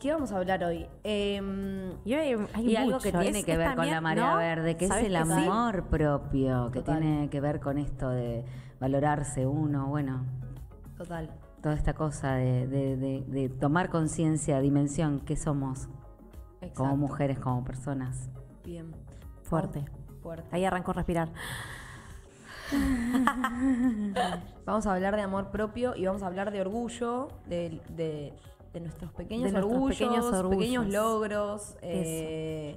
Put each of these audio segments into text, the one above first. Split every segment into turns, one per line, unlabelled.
qué vamos a hablar hoy? Eh,
Y hay, hay
Y algo que
mucho,
tiene
es-
que
es
ver con
también,
la marea
¿no?
verde, que es
¿Sabes
el
que sí?
amor propio, que
Total.
tiene que ver con esto de valorarse uno, bueno,
total.
toda esta cosa de, de- de- de tomar conciencia, dimensión, que somos como
Exacto.
mujeres, como personas.
Bien.
Fuerte.
Fuerte.
Ahí arrancó a respirar.
Vamos a hablar de amor propio y vamos a hablar de orgullo, de, de- de nuestros pequeños
De nuestros
orgullos,
pequeños orgullos.
pequeños logros, eh,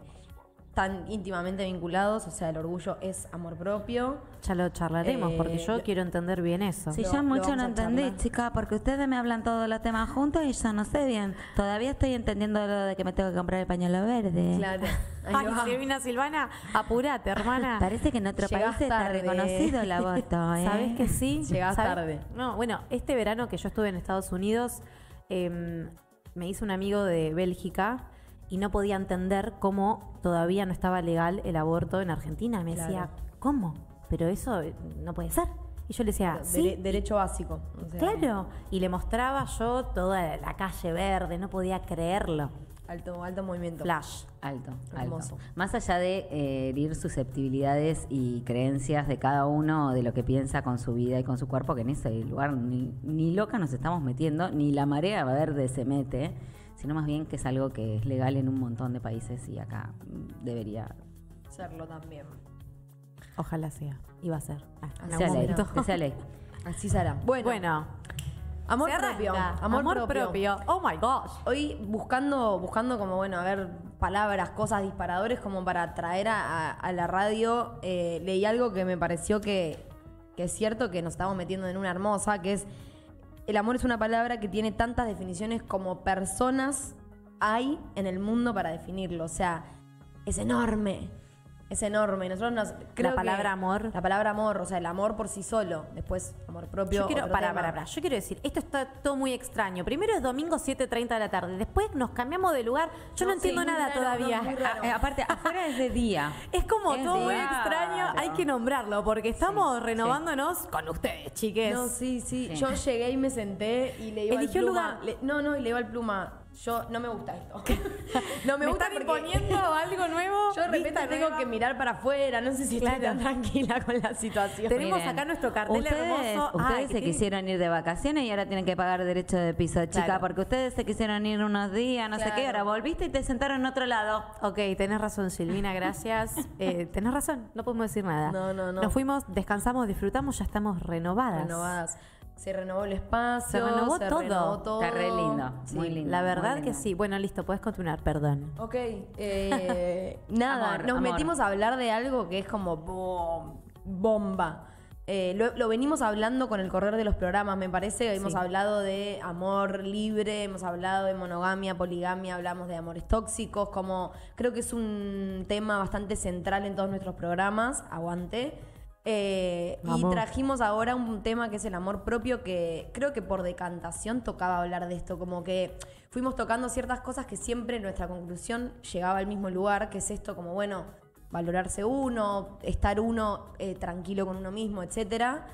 tan íntimamente vinculados. O sea, el orgullo es amor propio.
Ya lo charlaremos,
Eh,
porque yo
lo-
quiero entender bien eso.
Si
Lo-
ya
lo
mucho
vamos
no
a
entendí,
charlar.
chica, porque ustedes me hablan todos los temas juntos y yo no sé bien. Todavía estoy entendiendo lo de que me tengo que comprar el pañuelo verde.
Claro. Ahí
Ay,
va.
Silvina Silvana, apurate, hermana.
Parece que en otro
Llegás
país está
tarde.
reconocido el aborto, ¿eh?
¿Sabes que sí?
Llegás
¿Sabes?
tarde.
No, bueno, este verano que yo estuve en Estados Unidos, em, me hizo un amigo de Bélgica y no podía entender cómo todavía no estaba legal el aborto en Argentina. Me decía, ¿cómo? Pero eso eh, no puede ser. Y yo le decía, sí,
Dere- derecho básico. o sea,
claro. Y le mostraba yo toda la calle verde, no podía creerlo.
Alto, alto movimiento.
Flash.
Alto,
Hermoso.
alto. Más allá de eh, herir susceptibilidades y creencias de cada uno de lo que piensa con su vida y con su cuerpo, que en ese lugar ni, ni loca nos estamos metiendo, ni la marea verde se mete, sino más bien que es algo que es legal en un montón de países y acá mm, debería
Serlo también.
Ojalá sea. Iba a ser. Ah, en
que
algún
sea ley,
momento.
que sea ley. Ah,
Así será. Bueno,
Bueno,
amor
se arranca.
propio.
Amor, propio. Oh my gosh.
Hoy buscando, buscando como, bueno, a ver, palabras, cosas, disparadores, como para traer a, a- a la radio, eh, leí algo que me pareció que, que es cierto, que nos estamos metiendo en una hermosa, que es, el amor es una palabra que tiene tantas definiciones como personas hay en el mundo para definirlo. O sea, es enorme. Es enorme. Nosotros nos, creo que-
palabra amor.
La palabra amor, o sea, el amor por sí solo. Después, amor propio.
Yo quiero,
otro
para,
tema.
para, para. Yo quiero decir, esto está todo muy extraño. Primero es domingo 7.30 de la tarde. Después nos cambiamos de lugar. Yo no,
No, sí,
entiendo
muy
nada
raro,
todavía.
no, muy
Ah, eh, aparte, afuera es de día.
Es como
Es
todo muy
raro.
extraño. Hay que nombrarlo porque estamos renovándonos con ustedes, chiques.
No, sí, sí,
Sí.
Yo llegué y me senté y le digo
Eligió
al
un
pluma.
lugar.
le- no, no, y le digo al pluma. Yo no me gusta esto. no me,
me,
gusta
están
porque
imponiendo algo nuevo.
Yo de repente
vista
tengo
nueva.
que mirar para afuera. No sé si estoy
Claro.
tan tranquila con la situación.
Tenemos
Miren,
acá nuestro cartel
ustedes,
hermoso.
Ustedes
Ay, que
se
tiene-
quisieron ir de vacaciones y ahora tienen que pagar derecho de piso, chica,
Claro.
porque ustedes se quisieron ir unos días, no sé qué,
Claro.
ahora volviste y te sentaron en otro lado.
Ok, tenés razón, Silvina, gracias. Eh, tenés razón, no podemos decir nada.
No, no, no.
Nos fuimos, descansamos, disfrutamos, ya estamos renovadas.
Renovadas. Se renovó el espacio.
Se renovó todo.
renovó todo.
Está re lindo, muy lindo.
La verdad
muy
que
lindo.
sí. Bueno, listo, podés continuar, perdón.
Ok. eh, nada,
Amor,
nos
amor.
metimos a hablar de algo que es como bom- bomba. Eh, lo, lo venimos hablando con el correr de los programas, me parece. Hemos hablado de amor libre, hemos hablado de monogamia, poligamia, hablamos de amores tóxicos, como creo que es un tema bastante central en todos nuestros programas. Aguante. Eh, y
Vamos.
trajimos ahora un tema que es el amor propio, que creo que por decantación tocaba hablar de esto, como que fuimos tocando ciertas cosas que siempre nuestra conclusión llegaba al mismo lugar, que es esto como, bueno, valorarse uno, estar uno eh, tranquilo con uno mismo, etcétera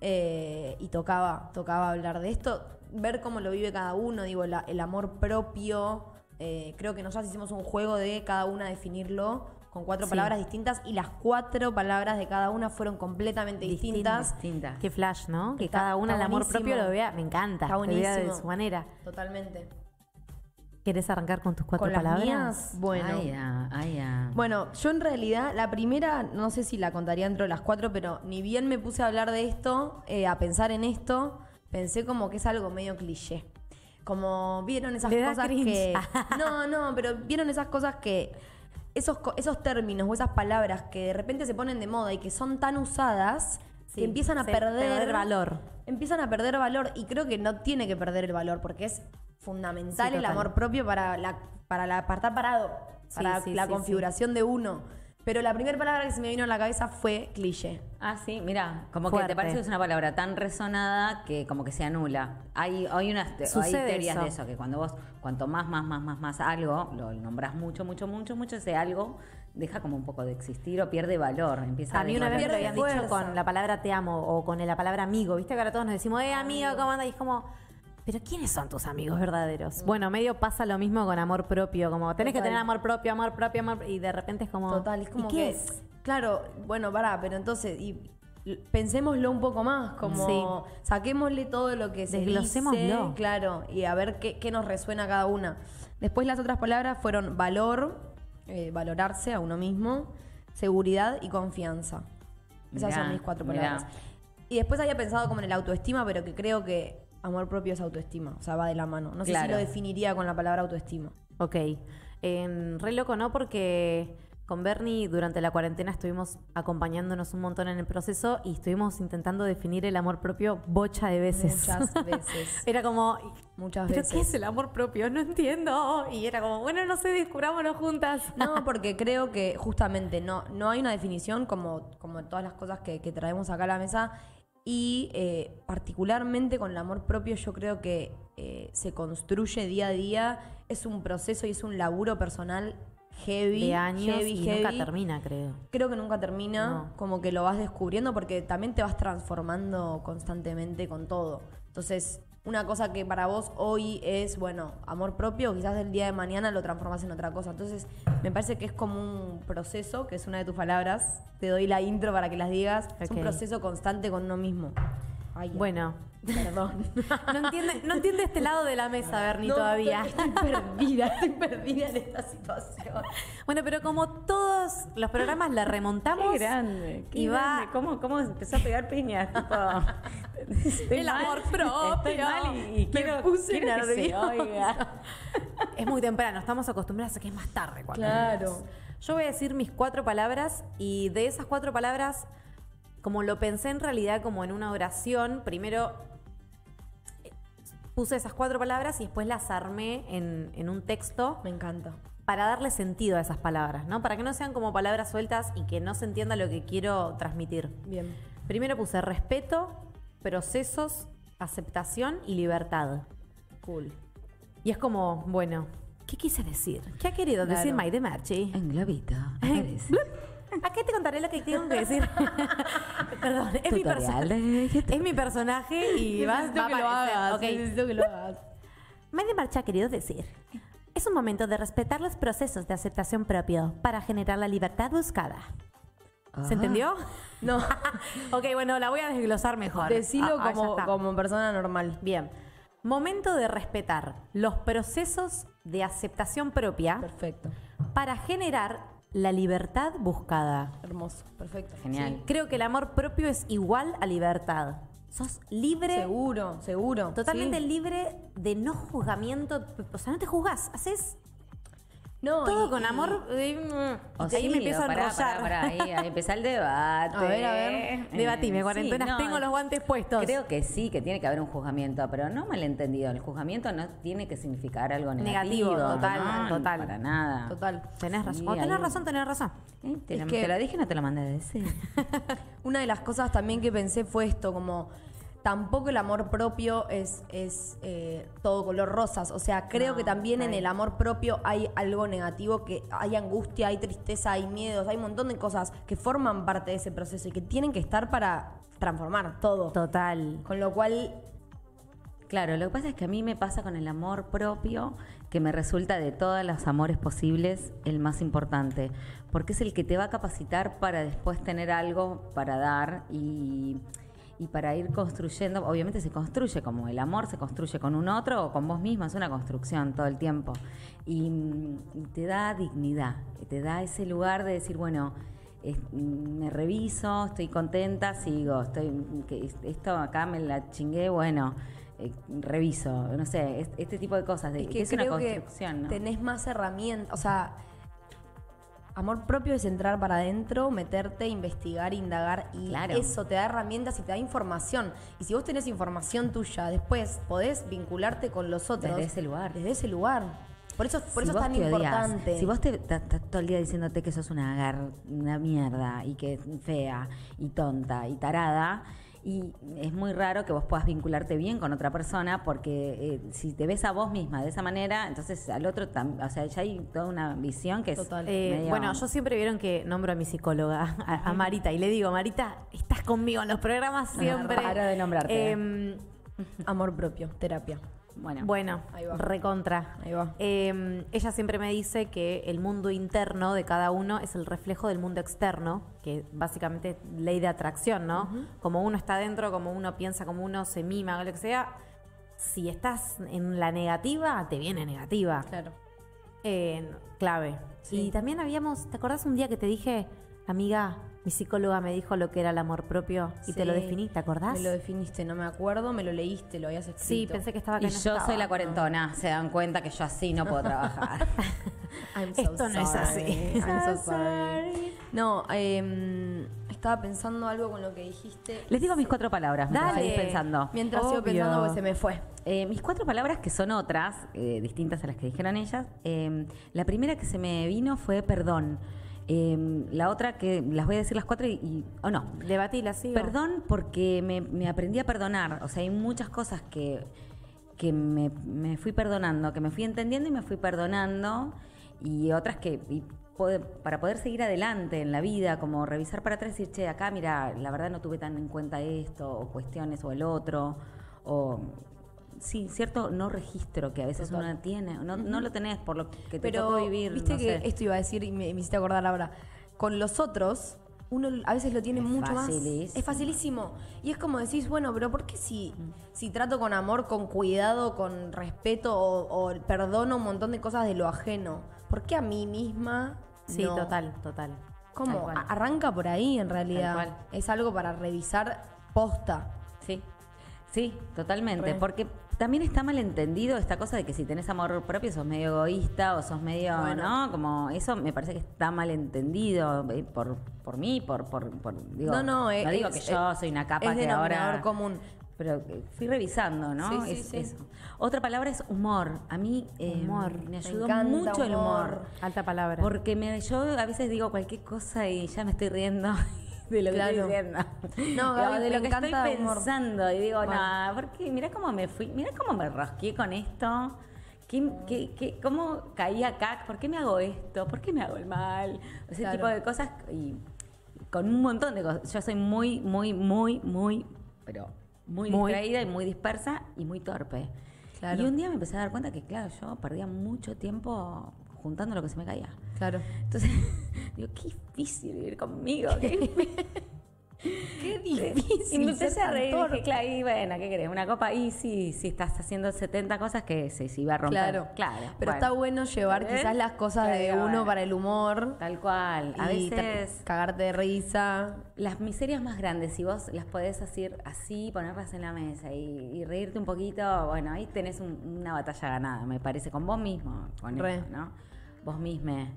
Eh, y tocaba, tocaba hablar de esto, ver cómo lo vive cada uno, digo, la- el amor propio. eh, creo que nosotros hicimos un juego de cada una definirlo con cuatro
Sí.
palabras distintas y las cuatro palabras de cada una fueron completamente distintas.
Distintas.
Qué flash, ¿no? Que
Está-
cada una el
está
amor
buenísimo.
propio lo vea. Me encanta.
Está
lo vea de
buenísimo.
su manera.
Totalmente.
¿Querés arrancar con tus cuatro
Con las
palabras? eh.
mías, bueno.
Ay, ah, ay, ah.
Bueno, yo en realidad, la primera, no sé si la contaría dentro de las cuatro, pero ni bien me puse a hablar de esto, eh, a pensar en esto, pensé como que es algo medio cliché. Como vieron esas
Le da
cosas
cringe.
que. No, no, pero vieron esas cosas que. Esos, co- esos términos o esas palabras que de repente se ponen de moda y que son tan usadas
Sí,
que empiezan a
se-
perder,
perder valor.
Empiezan a perder valor y creo que no tiene que perder el valor porque es fundamental
Sí,
el
total.
amor propio para, la, para, la, para estar parado,
Sí,
para
sí,
la
sí, sí.
configuración relación de uno. Pero la primera palabra que se me vino a la cabeza fue cliché.
Ah, sí, mira, como que
Fuerte.
te parece que es una palabra tan resonada que como que se anula. Hay, hay unas te- hay
Sucede
teorías
eso.
de eso, que cuando vos, cuanto más, más, más, más, más algo, lo nombrás mucho, mucho, mucho, mucho, ese algo deja como un poco de existir o pierde valor. Empieza
A mí una vez me lo
Pierde
habían
fuerza.
dicho con la palabra te amo o con la palabra amigo. Viste que ahora todos nos decimos, eh, amigo, ¿cómo andas? Y es como, Pero ¿quiénes son tus amigos verdaderos? Bueno, medio pasa lo mismo con amor propio, como tenés
Total.
que tener amor propio, amor propio, amor propio, y de repente es como...
Total, es como
¿y qué
que.
es?
Claro, bueno, pará, pero entonces, y, l- pensémoslo un poco más, como saquémosle todo lo que se dice,
Desglosémoslo.
claro, y a ver qué, qué nos resuena cada una. Después las otras palabras fueron valor, eh, valorarse a uno mismo, seguridad y confianza. Esas
Mirá,
son mis cuatro
mirá.
palabras. Y después había pensado como en el autoestima, pero que creo que amor propio es autoestima, o sea, va de la mano. No sé si
Claro.
lo definiría con la palabra autoestima.
Ok. En re loco, ¿no? Porque con Bernie durante la cuarentena estuvimos acompañándonos un montón en el proceso y estuvimos intentando definir el amor propio bocha de veces.
Muchas veces.
Era como,
Muchas
¿pero
veces.
qué es el amor propio? No entiendo. Y era como, bueno, no sé, descubrámoslo juntas.
No, porque creo que justamente no, no hay una definición como, como en todas las cosas que, que traemos acá a la mesa. Y eh, particularmente con el amor propio yo creo que eh, se construye día a día. Es un proceso y es un laburo personal heavy.
De años
heavy,
y
heavy.
nunca termina, creo.
Creo que nunca termina,
No.
como que lo vas descubriendo porque también te vas transformando constantemente con todo. Entonces, una cosa que para vos hoy es, bueno, amor propio, quizás el día de mañana lo transformas en otra cosa. Entonces, me parece que es como un proceso, que es una de tus palabras. Te doy la intro para que las digas. Es un
Ok.
proceso constante con uno mismo. Ay, ya.
Bueno,
Perdón.
no entiende, no entiende este lado de la mesa, Bernie,
No,
todavía.
Estoy, estoy perdida, estoy perdida en esta situación.
Bueno, pero como todos los programas la remontamos.
Qué grande, qué
y va-
grande. ¿Cómo, ¿Cómo empezó a pegar piñas? Tipo, estoy
El amor propio.
Estoy mal y, y
Me
quiero,
puse
quiero que se
nerviosa.
oiga.
Es muy temprano, estamos acostumbrados a que es más tarde. cuando
Claro.
Yo voy a decir mis cuatro palabras y de esas cuatro palabras, como lo pensé en realidad como en una oración, primero eh, puse esas cuatro palabras y después las armé en, en un texto
Me encanta.
para darle sentido a esas palabras, ¿no? Para que no sean como palabras sueltas y que no se entienda lo que quiero transmitir.
Bien.
Primero puse respeto, procesos, aceptación y libertad.
Cool.
Y es como, bueno, ¿qué quise decir? ¿Qué ha querido
Claro.
decir Maide Marchi?
En globito, aparece.
¿A qué te contaré lo que tengo que decir? Perdón, es mi,
Tutorial
personaje,
de YouTube.
es mi personaje y va,
Necesito
va a
que lo
aparecer,
hagas.
ok.
Necesito que lo hagas.
Maide Marchi ha querido decir, es un momento de respetar los procesos de aceptación propio para generar la libertad buscada.
Ah.
¿Se entendió?
No,
ok, bueno, la voy a desglosar mejor.
decilo
Ah, ah, ya
como,
está.
como persona normal.
Bien. Momento de respetar los procesos de aceptación propia
Perfecto.
para generar la libertad buscada.
Hermoso. Perfecto.
Genial.
Creo que el amor propio es igual a libertad. Sos libre,
Seguro, seguro.
totalmente
sí.
libre de no juzgamiento. O sea, no te juzgás, haces
No,
todo
y-
con
y-
amor. eh,
O
y de ahí
sí,
me empiezo
o pará,
a enrollar.
pará, pará, ahí, ahí empieza el debate.
A ver, a ver.
Eh, Debatime,
Eh,
cuarentenas,
sí, no,
tengo los guantes puestos.
Creo que sí, que tiene que haber un juzgamiento, pero no malentendido. El juzgamiento no tiene que significar algo negativo.
Negativo, total,
no,
total.
Para nada.
Total.
Tenés
Sí,
razón. O
hay
tenés
un-
razón, tenés razón.
Eh, te,
Es
lo,
que-
te lo dije, no te lo mandé a decir.
Una de las cosas también que pensé fue esto, como tampoco el amor propio es, es eh, todo color rosas. O sea, creo
No,
que también en
ay.
el amor propio hay algo negativo, que hay angustia, hay tristeza, hay miedos, hay un montón de cosas que forman parte de ese proceso y que tienen que estar para transformar todo.
Total.
Con lo cual,
Claro, lo que pasa es que a mí me pasa con el amor propio, que me resulta de todos los amores posibles el más importante, porque es el que te va a capacitar para después tener algo para dar y, y para ir construyendo. Obviamente se construye como el amor se construye con un otro o con vos misma, es una construcción todo el tiempo. Y, mm, y te da dignidad, te da ese lugar de decir, bueno, es- mm, me reviso, estoy contenta, sigo, estoy que es- esto acá me la chingué, bueno, eh, reviso, no sé, es- este tipo de cosas, de,
Es
que
que
es una
creo que
construcción, ¿no?
tenés más herramientas, o sea, amor propio es entrar para adentro, meterte, investigar, indagar y
Claro.
eso te da herramientas y te da información. Y si vos tenés información tuya, después podés vincularte con los otros.
Desde ese lugar.
Desde ese lugar. Por eso, por eso
Si
es
vos
tan
te odias,
importante.
si vos te estás todo el día diciéndote que sos una, gar- una mierda y que es fea y tonta y tarada, y es muy raro que vos puedas vincularte bien con otra persona porque eh, si te ves a vos misma de esa manera, entonces al otro, tam- o sea, ya hay toda una visión que es
Total.
Eh,
medio-
bueno, yo siempre vieron que nombro a mi psicóloga, a, a Marita, y le digo, Marita, estás conmigo en los programas
No,
siempre.
paro de nombrarte.
Em,
Amor propio, terapia.
Bueno,
Bueno,
Ahí va.
recontra.
Ahí va.
Eh, ella siempre me dice que el mundo interno de cada uno es el reflejo del mundo externo, que básicamente es ley de atracción, ¿no? Como uno está dentro, como uno piensa, como uno se mima, lo que sea. Si estás en la negativa, te viene negativa.
Claro.
Eh, clave.
Sí.
Y también habíamos, ¿te acordás un día que te dije, amiga, mi psicóloga me dijo lo que era el amor propio y te lo
Sí.
definí, ¿te acordás?
Me lo definiste, no me acuerdo, me lo leíste, lo habías escrito.
sí, pensé que estaba acá
y
no
yo
estaba.
soy la cuarentona, se dan cuenta que yo así no puedo trabajar.
I'm so
Esto no es
sorry,
así.
I'm so
So
sorry.
sorry.
No, eh, estaba pensando algo con lo que dijiste.
Les digo mis cuatro palabras, mientras
Dale.
seguís pensando.
Mientras sigo
Obvio.
pensando, pues se me fue.
Eh, mis cuatro palabras, que son otras, eh, distintas a las que dijeron ellas, eh, la primera que se me vino fue perdón. Eh, la otra que las voy a decir las cuatro y... y- o no,
Debatila, sí. o-
Perdón porque me, me aprendí a perdonar. O sea, hay muchas cosas que, que me, me fui perdonando, que me fui entendiendo y me fui perdonando. Y otras que y poder- para poder seguir adelante en la vida, como revisar para atrás y decir, che, acá mira, la verdad no tuve tan en cuenta esto, o cuestiones, o el otro, o... Sí, cierto, no registro que a veces
Total.
uno tiene, no, no lo tenés por lo que te
Pero
tocó vivir.
viste
no
que
sé.
esto iba a decir y me, me hiciste acordar ahora. Con los otros, uno a veces lo tiene
Es
mucho más.
facilísimo.
Es facilísimo. Y es como decís, bueno, pero ¿por qué si, si trato con amor, con cuidado, con respeto o, o perdono un montón de cosas de lo ajeno? ¿Por qué a mí misma?
Sí,
no?
total, total. Tal
¿Cómo?
cual.
A- Arranca por ahí en
Tal
realidad.
cual.
Es algo para revisar posta.
Sí, sí, totalmente.
Re.
Porque también está malentendido esta cosa de que si tenés amor propio sos medio egoísta o sos medio,
Bueno.
¿no? Como eso me parece que está malentendido eh, por, por mí, por, por, por- digo,
no, no, es,
digo que yo soy una capa
es
que ahora...
denominador común.
Pero eh, fui revisando, ¿no?
Sí, sí,
Es
sí.
eso. Otra palabra es humor. A mí eh,
Humor.
me ayudó
encanta
mucho el humor.
humor.
Alta palabra.
Porque me, yo a veces digo cualquier cosa y ya me estoy riendo de lo que
Claro.
estoy diciendo.
No, Gaby,
de
me
lo que estoy
encanta el humor.
pensando. Y digo,
Bueno.
no, porque mirá cómo me fui, mirá cómo me rosqué con esto. ¿Qué, qué, qué- cómo caí acá? ¿Por qué me hago esto? ¿Por qué me hago el mal? Ese
Claro.
tipo de cosas. Y con un montón de cosas. Yo soy muy, muy, muy, muy, pero muy,
Muy.
distraída y muy dispersa y muy torpe.
Claro.
Y un día me empecé a dar cuenta que, claro, yo perdía mucho tiempo juntando lo que se me caía.
Claro.
Entonces, digo, qué difícil vivir conmigo. Qué
Qué difícil.
y me empecé
ser
a
tan
reír.
torpe.
Dije, claro, y bueno, ¿qué querés? Una copa. Y si, si estás haciendo 70 cosas que se, se iba a romper.
Claro,
claro.
Pero está bueno llevar
¿Ves?
quizás las cosas de
Claro,
uno
bueno.
para el humor.
Tal cual. A
y ta-
veces.
Cagarte de risa.
Las miserias más grandes, si vos las podés hacer así, ponerlas en la mesa y, y reírte un poquito, bueno, ahí tenés un- una batalla ganada, me parece, con vos mismo, con
Re.
esto, ¿no? Vos misma.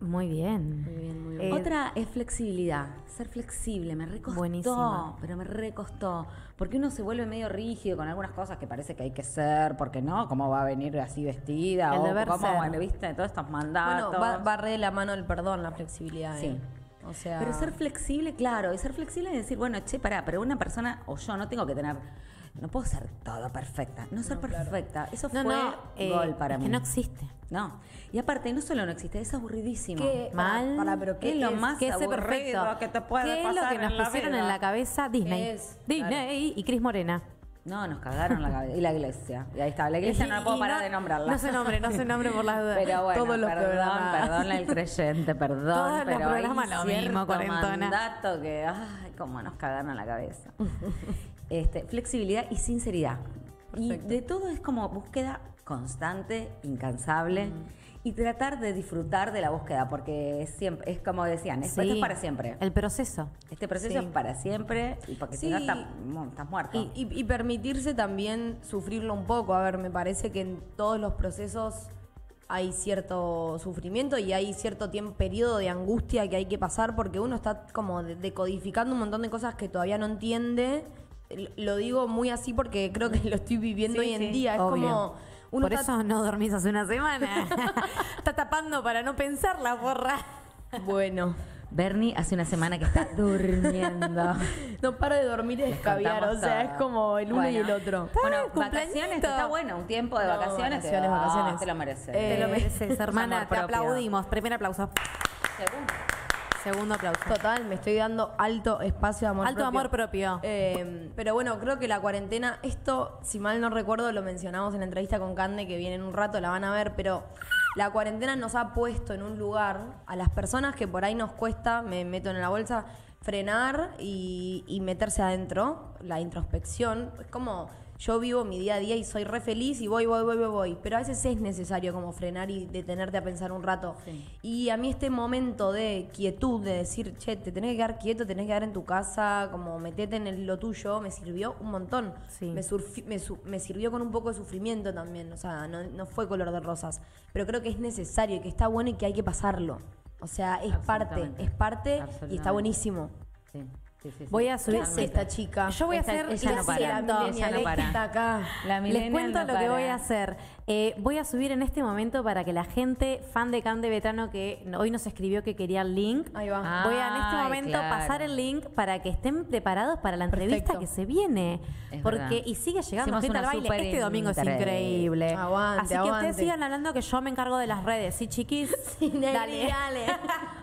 Muy bien.
Muy bien, muy
Eh,
Otra es flexibilidad, ser flexible, me recostó,
Buenísima.
pero me recostó, porque uno se vuelve medio rígido con algunas cosas que parece que hay que ser, porque no, cómo va a venir así vestida,
El
o
deber
cómo,
ser.
bueno, viste, todos estos mandatos.
Bueno, va, va re de la mano el perdón, la flexibilidad.
Sí.
¿eh? O sea.
Pero ser flexible, claro, y ser flexible es decir, bueno, che, pará, pero una persona o yo no tengo que tener, no puedo ser todo perfecta, no ser perfecta, eso
No,
fue
no. eh,
gol para
es
mí.
Que no existe.
No. y aparte no solo no existe, es aburridísimo.
¿Qué? Para-
Mal.
para- pero ¿qué
es lo
es?
más
¿Qué es ese
aburrido
perfecto?
que te puede ¿Qué es lo
pasar
que nos
en la
pusieron en
vida?
la cabeza Disney?
¿Qué es?
Disney y Cris Morena.
No, nos cagaron la cabeza. Y la iglesia. Y ahí estaba. La iglesia no
Y-
la puedo
y
parar de nombrarla.
No se nombre, no se nombre por las dudas.
Pero bueno,
Todos los
perdón,
programas.
perdón el creyente, perdón.
Todos los
pero hay
programas lo mismo,
cierto
cuarentona.
mandato que, ay, cómo nos cagaron la cabeza. Este, flexibilidad y sinceridad.
Perfecto.
Y de todo es como búsqueda constante, incansable. Y tratar de disfrutar de la búsqueda, porque es siempre, es como decían, esto
Sí,
es para siempre.
El proceso.
Este proceso
Sí.
es para siempre, y porque si no
Sí.
está- no, estás muerto.
Y, y- y permitirse también sufrirlo un poco. A ver, me parece que en todos los procesos hay cierto sufrimiento y hay cierto tiempo, periodo de angustia que hay que pasar porque uno está como de- decodificando un montón de cosas que todavía no entiende. L- Lo digo muy así porque creo que lo estoy viviendo
Sí,
hoy en
sí,
día. Es
obvio.
como. Uno
por
está-
eso no dormís hace una semana. está tapando para no pensar la porra.
Bueno.
Bernie hace una semana que está durmiendo.
No para de dormir y descaviar. O
contamos
sea,
todo.
es como el uno y el
Bueno.
otro.
Bueno,
Ah, cumpleaños.
vacaciones, está bueno, un tiempo de
No,
vacaciones.
vacaciones,
te,
vacaciones.
te lo mereces.
Eh,
Te lo mereces,
es
hermana.
amor
Te
propio.
aplaudimos. Primer aplauso.
Segundo.
Segundo aplauso.
Total, me estoy dando alto espacio de amor
Alto
propio.
amor propio.
Eh, pero bueno, creo que la cuarentena, esto, si mal no recuerdo, lo mencionamos en la entrevista con Cande, que viene en un rato, la van a ver, pero la cuarentena nos ha puesto en un lugar a las personas que por ahí nos cuesta, me meto en la bolsa, frenar y, y meterse adentro, la introspección. Es como yo vivo mi día a día y soy re feliz y voy, voy, voy, voy, voy. Pero a veces es necesario como frenar y detenerte a pensar un rato. Y a mí este momento de quietud, de decir, che, te tenés que quedar quieto, tenés que quedar en tu casa, como metete en el- lo tuyo, me sirvió un montón.
Sí.
Me, surfi- me su- me sirvió con un poco de sufrimiento también, o sea, no, no fue color de rosas. Pero creo que es necesario y que está bueno y que hay que pasarlo. O sea, es parte,
Absolutamente.
es parte y está
Absolutamente.
buenísimo.
Sí, sí, sí, sí.
Voy a
¿Qué
subir.
hace esta chica?
Yo voy a
Esta-
hacer.
ella
lo
no para,
siento.
ella no
Millennial,
para.
está acá.
La
Les
millennial
cuento
no
lo que
para.
voy a hacer. Eh, voy a subir en este momento para que la gente fan de Cam de Betano que hoy nos escribió que quería el link.
Ahí va.
Ah,
Voy a en este
Ay,
momento
claro.
pasar el link para que estén preparados para la entrevista
Perfecto.
que se viene.
Es
porque
verdad.
y sigue llegando
Hicimos
gente al
una
baile.
super
Este domingo es
entrevista.
increíble.
Aguante,
Así que ustedes
aguante.
sigan hablando que yo me encargo de las redes, ¿sí, chiquis?
Negri, dale.
Ah,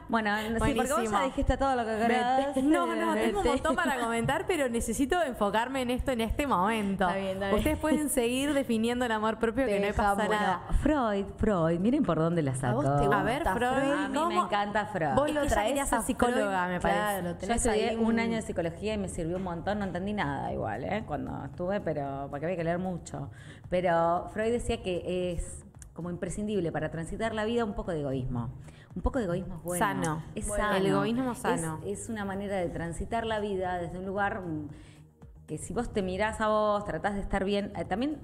Bueno, no- sí, porque vos
Buenísimo.
ya dijiste todo lo que querías.
No, no, tengo un montón para comentar, pero necesito enfocarme en esto en este momento.
Está bien, está bien.
Ustedes pueden seguir definiendo el amor propio
Te
que no pasa
dejamos,
nada.
Freud, Freud, miren por dónde la
¿A
sacó.
vos te gusta
A ver, Freud,
a mí me
¿cómo?
encanta Freud.
Vos lo traes a psicóloga, me parece.
Claro,
Yo
tenés
estudié
ahí
un... año de psicología y me sirvió un montón, no entendí nada igual, ¿eh? Cuando estuve, pero porque había que leer mucho. Pero Freud decía que es como imprescindible para transitar la vida un poco de egoísmo. Un poco de egoísmo es bueno.
Sano.
Es
Bueno.
sano.
El egoísmo sano.
Es, es una manera de transitar la vida desde un lugar mm, que si vos te mirás a vos, tratás de estar bien, eh, también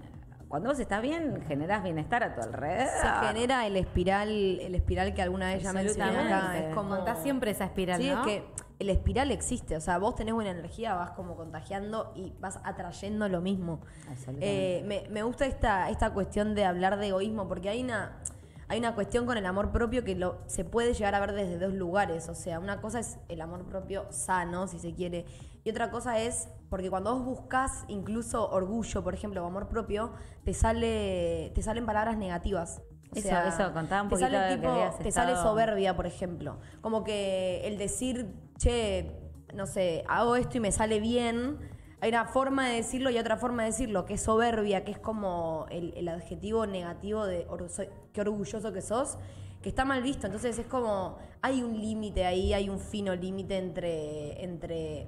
cuando vos estás bien, generás bienestar a tu alrededor.
Se genera el espiral, el espiral que alguna vez ya mencioné acá.
Absolutamente.
Es como
Contás siempre esa espiral,
Sí,
¿no?
es que el espiral existe. O sea, vos tenés buena energía, vas como contagiando y vas atrayendo lo mismo.
Absolutamente.
Eh, me, me gusta esta, esta cuestión de hablar de egoísmo, porque hay una, hay una cuestión con el amor propio que lo, se puede llegar a ver desde dos lugares. O sea, una cosa es el amor propio sano, si se quiere, y otra cosa es, porque cuando vos buscas incluso orgullo, por ejemplo, o amor propio, te, sale, te salen palabras negativas. O
Eso-
sea,
eso, contaba un
te
poquito
sale
de que habías
Te sale
estado-
soberbia soberbia, por ejemplo. Como que el decir, che, no sé, hago esto y me sale bien. Hay una forma de decirlo y otra forma de decirlo, que es soberbia, que es como el, el adjetivo negativo de or- soy- qué orgulloso que sos, que está mal visto. Entonces es como, hay un límite ahí, hay un fino límite entre, entre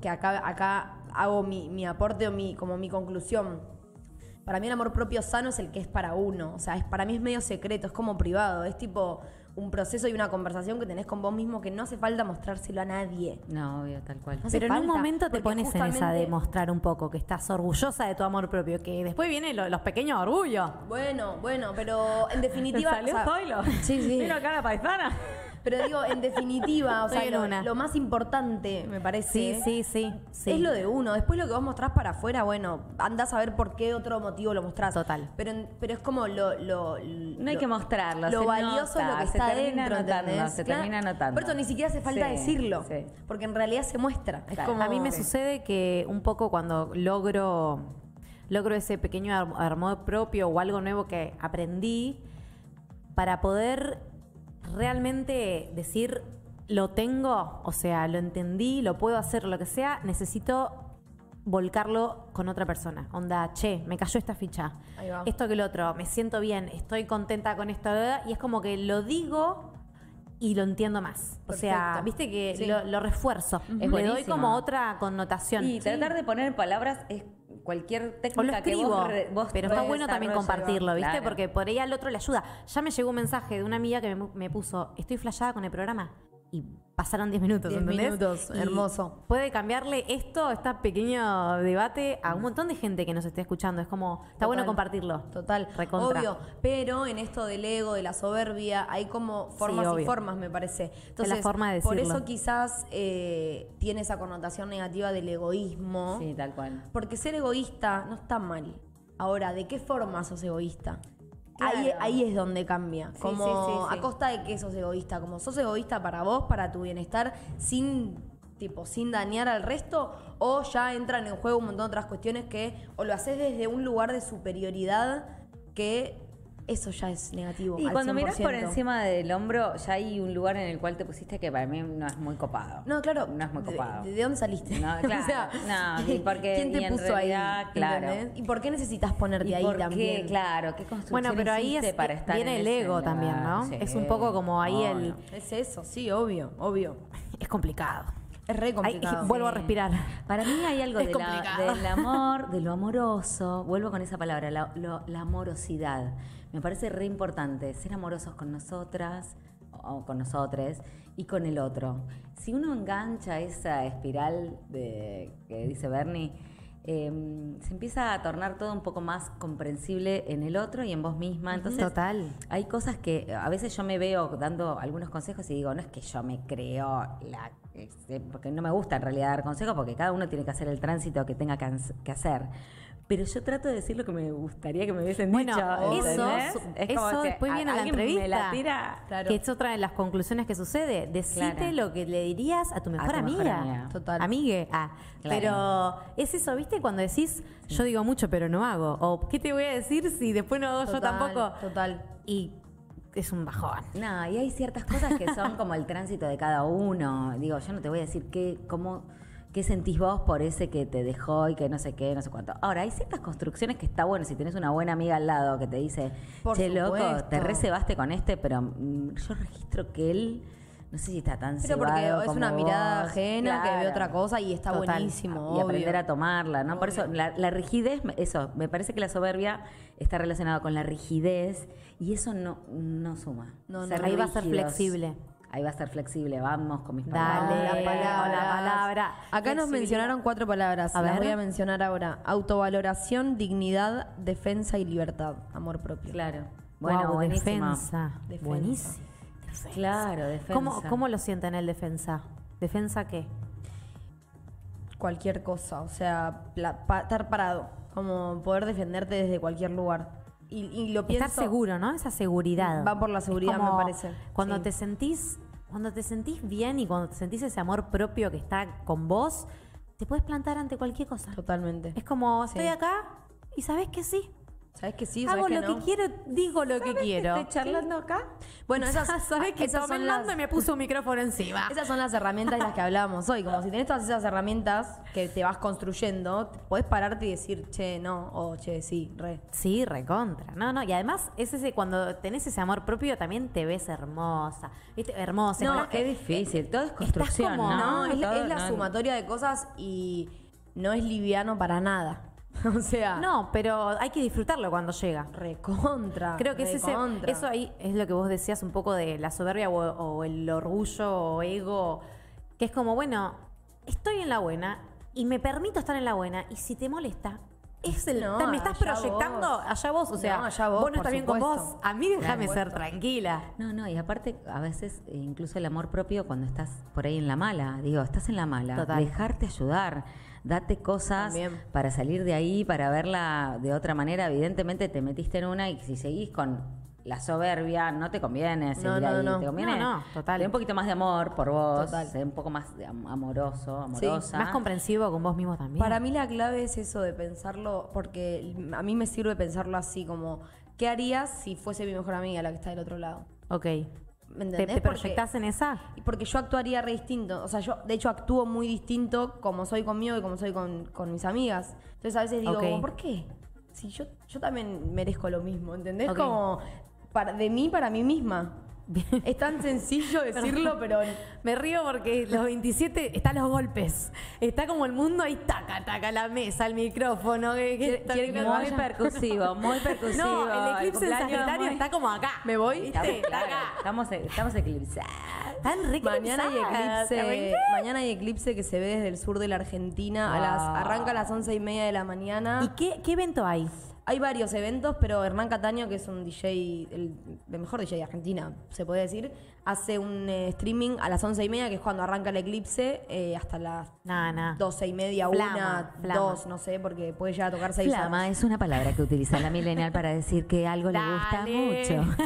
que acá, acá hago mi, mi aporte o mi, como mi conclusión. Para mí el amor propio sano es el que es para uno. O sea, es, para mí es medio secreto, es como privado. Es tipo un proceso y una conversación que tenés con vos mismo que no hace falta mostrárselo a nadie.
No, obvio, tal cual.
No hace
Pero en un
falta,
momento te
porque
pones en esa
justamente-
de mostrar un poco que estás orgullosa de tu amor propio, que después vienen lo- los pequeños orgullos.
Bueno, bueno, pero en definitiva... o sea, Sí, sí.
acá la paisana.
Pero digo, en definitiva, o sea,
Estoy en
lo,
una.
lo más importante, me parece...
Sí, sí, sí. sí.
Es lo de uno. Después lo que vos mostrás para afuera, bueno, andás a ver por qué otro motivo lo mostrás.
Total.
Pero, en- pero es como lo, lo-
No hay
lo-
que mostrarlo,
Lo
se
valioso es lo
nota,
que
se
está
termina
adentro,
notando,
¿entendés?
se termina notando.
Por eso ni siquiera hace falta
Sí,
decirlo.
sí.
Porque en realidad se muestra. Es
Claro.
como...
A mí me sucede que un poco cuando logro logro ese pequeño ar- amor propio o algo nuevo que aprendí para poder realmente decir lo tengo, o sea, lo entendí, lo puedo hacer, lo que sea, necesito volcarlo con otra persona. Onda, che, me cayó esta ficha.
Ahí va.
Esto que el otro, me siento bien, estoy contenta con esto, y es como que lo digo y lo entiendo más. O sea,
Perfecto.
viste que
Sí.
lo, lo refuerzo.
Es
Le doy
buenísimo.
como otra connotación.
Y tratar de poner en palabras es cualquier
o lo
técnica que
escribo,
vos, re- vos
pero está
podés
bueno también
desarrollar.
compartirlo, ¿viste?
Claro.
Porque por ahí al otro le ayuda. Ya me llegó un mensaje de una amiga que me, me puso, estoy flasheada con el programa. Y pasaron 10 minutos,
Diez
¿entendés?
minutos,
Y
hermoso.
Puede cambiarle esto, este pequeño debate, a un montón de gente que nos esté escuchando. Es como, está bueno
Total.
compartirlo.
Total,
Recontra.
obvio. Pero en esto del ego, de la soberbia, hay como formas y
obvio.
formas, me parece. Entonces,
la forma de
por
decirlo.
eso quizás eh, tiene esa connotación negativa del egoísmo.
Sí, tal cual.
Porque ser egoísta no está mal. Ahora, ¿de qué forma sos egoísta?
Claro.
Ahí, ahí es donde cambia.
Sí,
Como
sí, sí, sí.
a costa de que sos egoísta. Como sos egoísta para vos, para tu bienestar, sin tipo, sin dañar al resto, o ya entran en juego un montón de otras cuestiones que, o lo haces desde un lugar de superioridad que Eso ya es negativo.
Y
al
cuando miras por
100%.
encima del hombro, ya hay un lugar en el cual te pusiste que para mí no es muy copado.
No, claro.
No es muy
¿de-
copado.
¿De, dónde saliste?
No, claro, no, y porque-
¿Quién te
y en
puso ahí?
realidad, claro.
¿entendés? ¿Y por qué necesitas ponerte
¿Y
ahí
por qué?
también?
Claro, qué construcción
Bueno, pero ahí
hiciste
es-
para estar
viene
en
el
ese
ego
lugar?
también, ¿no?
Sí.
Es un poco como ahí
Oh, No,
el-
no.
Es eso, sí, obvio, obvio.
Es complicado.
Es re
Ay,
complicado.
vuelvo a respirar.
Para mí hay algo
Es
de la-
complicado.
del amor, de lo amoroso. Vuelvo con esa palabra, la, lo- la amorosidad. Me parece re importante ser amorosos con nosotras o con nosotres y con el otro. Si uno engancha esa espiral de, que dice Bernie, eh, se empieza a tornar todo un poco más comprensible en el otro y en vos misma. Entonces,
Total.
hay cosas que eh, a veces yo me veo dando algunos consejos y digo, no es que yo me creo la. este, porque no me gusta en realidad dar consejos, porque cada uno tiene que hacer el tránsito que tenga que, ans- que hacer. Pero yo trato de decir lo que me gustaría que me hubiesen
Bueno,
dicho.
eso-
¿entendés?
su-
Es como
eso
que
después
a-
viene la
alguien Me la
entrevista.
tira.
Claro.
Que es otra de las conclusiones que sucede. Decite
Claro.
lo que le dirías a tu mejor
tu mejor
amiga.
amiga.
Total.
Amigue. Ah,
Claro.
pero es eso, ¿viste? Cuando decís, yo digo mucho, pero no hago. O, ¿qué te voy a decir si después no hago yo
Total,
tampoco?
Total.
Y es un bajón.
No, y hay ciertas cosas que son como el tránsito de cada uno. Digo, yo no te voy a decir qué, cómo, qué sentís vos por ese que te dejó y que no sé qué, no sé cuánto. Ahora, hay ciertas construcciones que está bueno si tenés una buena amiga al lado que te dice,
Por
che, loco,
supuesto.
te resebaste con este, pero mm, yo registro que él, no sé si está tan
Pero porque
cebado
es
como
una mirada
vos".
ajena que ve
Claro.
otra cosa y está
Total.
buenísimo.
Y
obvio.
aprender a tomarla, ¿no? Por eso la, la rigidez, me- eso, me parece que la soberbia está relacionada con la rigidez y eso no, no suma.
No, no.
Ser
Ahí va a ser
rígidos.
flexible.
Ahí va a ser flexible, vamos con mis palabras.
Dale,
Palabras,
con la palabra.
Acá nos
Flexibilidad.
mencionaron cuatro palabras.
A
Las
ver.
voy a mencionar ahora. Autovaloración, dignidad, defensa y libertad. Amor propio.
Claro. Bueno,
Guau,
buenísimo.
defensa.
Defensa.
Buenísimo. Defensa.
Claro, defensa.
¿Cómo, ¿Cómo lo sienten el defensa? ¿Defensa qué?
Cualquier cosa. O sea, pla- pa- estar parado. Como poder defenderte desde cualquier lugar. Y, y lo pienso.
Estar seguro, ¿no? Esa seguridad.
Va por la
Es
seguridad,
como
me parece.
Cuando
Sí.
te sentís, cuando te sentís bien y cuando te sentís ese amor propio que está con vos, te puedes plantar ante cualquier cosa.
Totalmente.
Es como, estoy
Sí.
acá y sabés que sí.
¿Sabes que sí?
Hago
¿Sabes
Ah, lo
que no?
que quiero, digo lo que quiero.
¿Estoy charlando acá?
Bueno, esas, ah,
¿Sabés que
esas
tomé
son
el
las,
mando y me puso un micrófono encima?
Esas son las herramientas de las que hablábamos hoy. Como si tenés todas esas herramientas que te vas construyendo, te podés pararte y decir, che, no, o che, sí, re.
Sí, recontra. No, no, y además es ese cuando tenés ese amor propio también te ves hermosa. ¿Viste? Hermosa.
No,
Como-
Qué difícil, todo es construcción,
como-
No,
¿no?
es, la-
Todo-
es la
no,
sumatoria de cosas y no es liviano para nada. O sea,
no, pero hay que disfrutarlo cuando llega.
recontra.
Creo que es ese,
recontra.
eso ahí es lo que vos decías un poco de la soberbia o, o el orgullo o ego, que es como, bueno, estoy en la buena y me permito estar en la buena y si te molesta, es el,
No,
te- Este, me estás
allá
proyectando
vos.
allá vos, o sea,
No, allá vos,
no
por
estás bien con
supuesto.
vos, a mí déjame
Por
ser
supuesto.
tranquila.
No, no, y aparte a veces eh, incluso el amor propio cuando estás por ahí en la mala, digo, estás en la mala,
Total.
dejarte ayudar, date cosas
También.
para salir de ahí, para verla de otra manera, evidentemente te metiste en una y si seguís con la soberbia no te conviene seguir
no,
ahí,
no.
te conviene
No, no, total.
tener un poquito más de amor por vos,
Total.
ser un poco más de am- amoroso,
Sí,
amorosa.
Más comprensivo con vos mismo también.
Para mí la clave es eso de pensarlo, porque a mí me sirve pensarlo así, como, ¿qué harías si fuese mi mejor amiga la que está del otro lado?
ok.
¿Me
¿Te,
entendés?
te
Porque-
proyectás en esa?
Y Porque yo actuaría re distinto. O sea, yo de hecho actúo muy distinto como soy conmigo y como soy con, con mis amigas. Entonces a veces digo,
Ok.
como, ¿por qué? Si yo, yo también merezco lo mismo, ¿entendés?
Ok.
Como para, de mí para mí misma. Es tan sencillo decirlo, pero
Me río porque los 27 están los golpes. Está como el mundo ahí, taca, taca, la mesa, el micrófono. que- que-
Quiere- quiere que
no,
muy
vaya.
percusivo, muy percusivo.
No, el eclipse en
cumpleaños
Sagitario
muy-
está como acá.
me voy.
¿Viste?
Estamos,
Está
claro,
acá.
estamos, estamos eclipsados.
Están re
Mañana hay
eclipsadas,
eclipse.
¿sabes?
Mañana hay eclipse que se ve desde el sur de la Argentina. A las,
Wow.
arranca a las once y media de la mañana.
¿Y qué, qué evento hay?
Hay varios eventos, pero Hernán Cataño, que es un DJ, el, el mejor DJ de Argentina, se puede decir, hace un eh, streaming a las once y media, que es cuando arranca el eclipse, eh, hasta las
Nada, nada.
doce y media,
Flama,
una,
flama.
dos, no sé, porque puede llegar a tocar seis
Flama
horas.
es una palabra que utiliza la millennial para decir que algo le gusta
Dale.
mucho.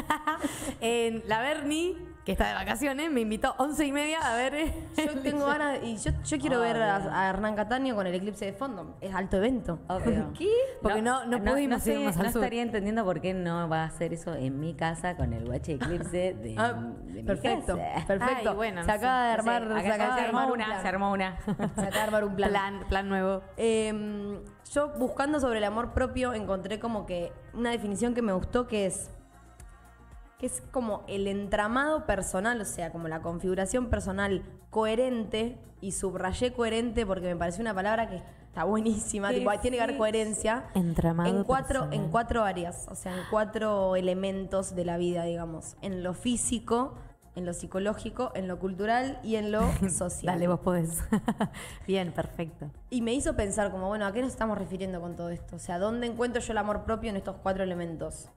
en la Berni que está de vacaciones, me invitó 11 y media a ver. eh,
Yo tengo ganas y yo, yo quiero ver a, a Hernán Cataño con el eclipse de fondo. Es alto evento.
Obvio.
¿Qué? Porque no- no pudimos
sé,
irnos al
no
sur.
estaría entendiendo por qué no va a hacer eso en mi casa con el guache eclipse de,
Ah,
Eh, de mi
perfecto,
casa.
perfecto.
Ay, bueno, no
se
sé,
acaba de
no sé,
armar,
acá
se acaba de armar un plan.
se armó una.
Se acaba de armar un plan.
plan, plan nuevo.
Eh, yo buscando sobre el amor propio encontré como que una definición que me gustó que es que es como el entramado personal, o sea, como la configuración personal coherente y subrayé coherente porque me pareció una palabra que está buenísima, tipo, tiene que haber coherencia
Entramado
en cuatro
personal.
en cuatro áreas, o sea, en cuatro elementos de la vida, digamos, en lo físico, en lo psicológico, en lo cultural y en lo social.
Dale, vos podés. Bien, perfecto.
Y me hizo pensar como, bueno, ¿a qué nos estamos refiriendo con todo esto? O sea, ¿dónde encuentro yo el amor propio en estos cuatro elementos?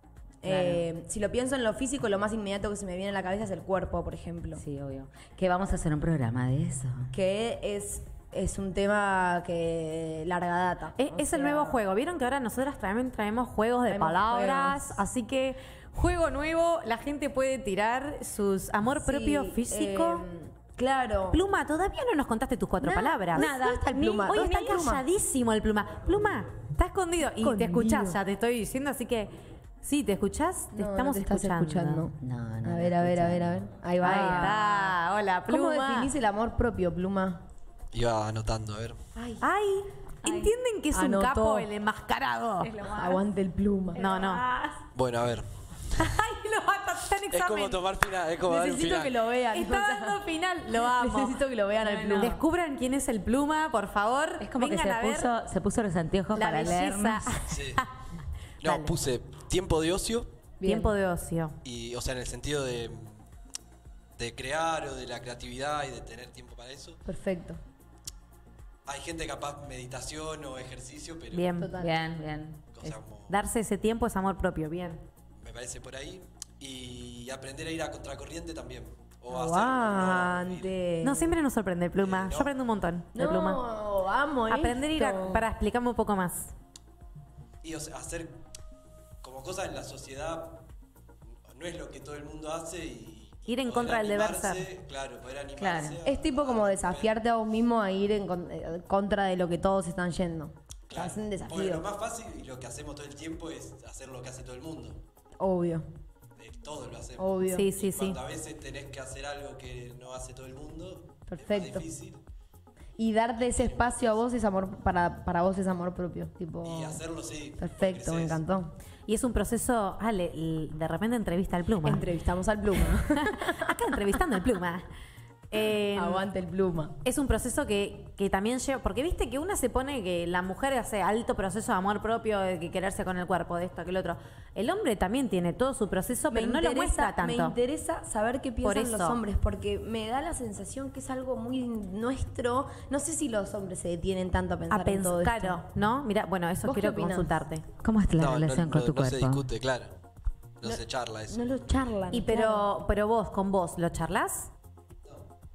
Eh, si lo pienso en lo físico, lo más inmediato que se me viene a la cabeza es el cuerpo, por ejemplo.
sí, obvio. Que vamos a hacer un programa de eso.
Que es, es un tema que larga data.
Eh,
O
es
sea,
el nuevo juego. Vieron que ahora nosotras también traemos juegos de
Traemos
palabras,
juegos.
así que juego nuevo, la gente puede tirar sus amor
sí,
propio físico.
eh, claro.
Pluma, todavía no nos contaste tus cuatro
Nada,
palabras.
nada, ¿dónde está el pluma?
Hoy
¿Dónde
está
está el pluma?
calladísimo el pluma. Pluma, está escondido. Y te escuchás, ya te estoy diciendo, así que sí, te escuchás, te
No, no
estamos
te estás escuchando.
escuchando.
No, no
a
la
ver, a ver, a ver, a ver. Ahí va.
Ahí está. Hola, pluma.
¿Cómo definís el amor propio, pluma?
Iba anotando, a ver.
Ay, entienden que es
Anotó.
un capo el enmascarado.
Aguante el pluma.
No, no.
Bueno, a ver.
Ay, lo va a pasar en
Es como
examen.
tomar final, es como dar un
Necesito
final.
que lo vean.
Está
o sea,
dando final, lo amo.
Necesito que lo vean al pluma.
Descubran quién es el pluma, por favor.
Es como
Vengan
que
a
se
ver
puso, se puso los anteojos
la
para leer.
belleza. Ah,
Sí.
Ah,
No, puse tiempo de ocio
Bien.
Tiempo de ocio.
y, o sea, en el sentido de de crear o de la creatividad y de tener tiempo para eso.
Perfecto.
Hay gente capaz meditación o ejercicio, pero
Bien.
Total.
Bien, bien.
cosa como-
Darse ese tiempo es amor propio, bien.
me parece por ahí y aprender a ir a contracorriente también o a hacer un-
Ah, Aguante.
No, siempre nos sorprende el pluma. Yo aprendo un montón de pluma.
Eh, No, amo
Aprender a ir a...
esto.
Para explicarme un poco más.
y o sea, hacer como cosas en la sociedad no es lo que todo el mundo hace y
Ir en
poder
contra del deber
animarse,
ser.
claro poder animarse
Claro.
a-
Es tipo como desafiarte a vos mismo a ir en con- eh, contra de lo que todos están yendo. O sea,
claro.
Es un
Porque
desafío,
lo más fácil y lo que hacemos todo el tiempo es hacer lo que hace todo el mundo
obvio,
Eh, todo lo hacemos
obvio.
Sí, sí, sí.
cuando a veces tenés que hacer algo que no hace todo el mundo es
Perfecto.
más difícil
Y darte ese espacio a vos es amor, para, para vos es amor propio. Tipo,
y hacerlo sí
Oh. perfecto, me
creces.
encantó.
Y es un proceso... Ah, le- le- de repente entrevista al pluma.
Entrevistamos al pluma.
Acá entrevistando al pluma. Eh,
Aguante el pluma.
Es un proceso que, que también lleva, porque viste que una se pone que la mujer hace alto proceso de amor propio, de que quererse con el cuerpo, de esto, aquel otro. El hombre también tiene todo su proceso, pero no lo muestra
Me
tanto.
interesa saber qué
Por
piensan los
eso.
hombres, porque me da la sensación que es algo muy nuestro. No sé si los hombres se detienen tanto a pensar
A
en todo
pensar,
esto.
claro, ¿no? Mira, bueno, eso
¿Vos qué
quiero
opinás?
consultarte.
¿Cómo es la
No, no,
relación
no,
con tu
no
cuerpo?
se discute claro no, se charla eso
No lo charlan.
Y pero, pero vos, con vos, ¿lo charlas?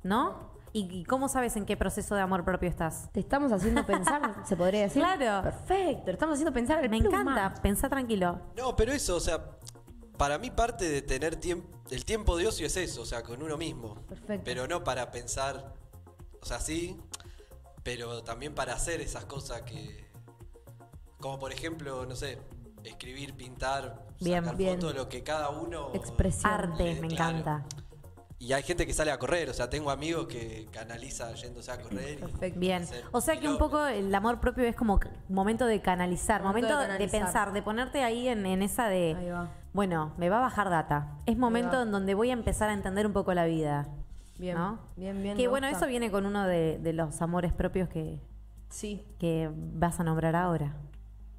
¿No? ¿Y, y cómo sabes en qué proceso de amor propio estás?
Te estamos haciendo pensar, se podría decir.
Claro.
Perfecto, te estamos haciendo pensar el
Me
pluma.
encanta, pensá tranquilo.
No, pero eso, o sea, para mí parte de tener tiempo, el tiempo de ocio es eso, o sea, con uno mismo.
Perfecto.
Pero no para pensar, o sea, sí, pero también para hacer esas cosas que, como por ejemplo, no sé, escribir, pintar,
Bien,
sacar
bien.
fotos, lo que cada uno.
Expresión.
Arte,
Sí,
me
claro.
encanta.
Y hay gente que sale a correr, o sea, tengo amigos que canaliza yéndose a correr. y
Perfecto.
Bien,
hacer
o sea que un poco el amor propio es como c- momento de canalizar,
Momento
momento,
de
de,
canalizar.
pensar, de ponerte ahí en, en esa de,
Ahí va.
bueno, me va a bajar data. Es momento
va.
en donde voy a empezar a entender un poco la vida.
Bien,
¿no?
bien, bien,
Que
me
bueno,
gusta.
eso viene con uno de, de los amores propios que,
Sí.
que vas a nombrar ahora.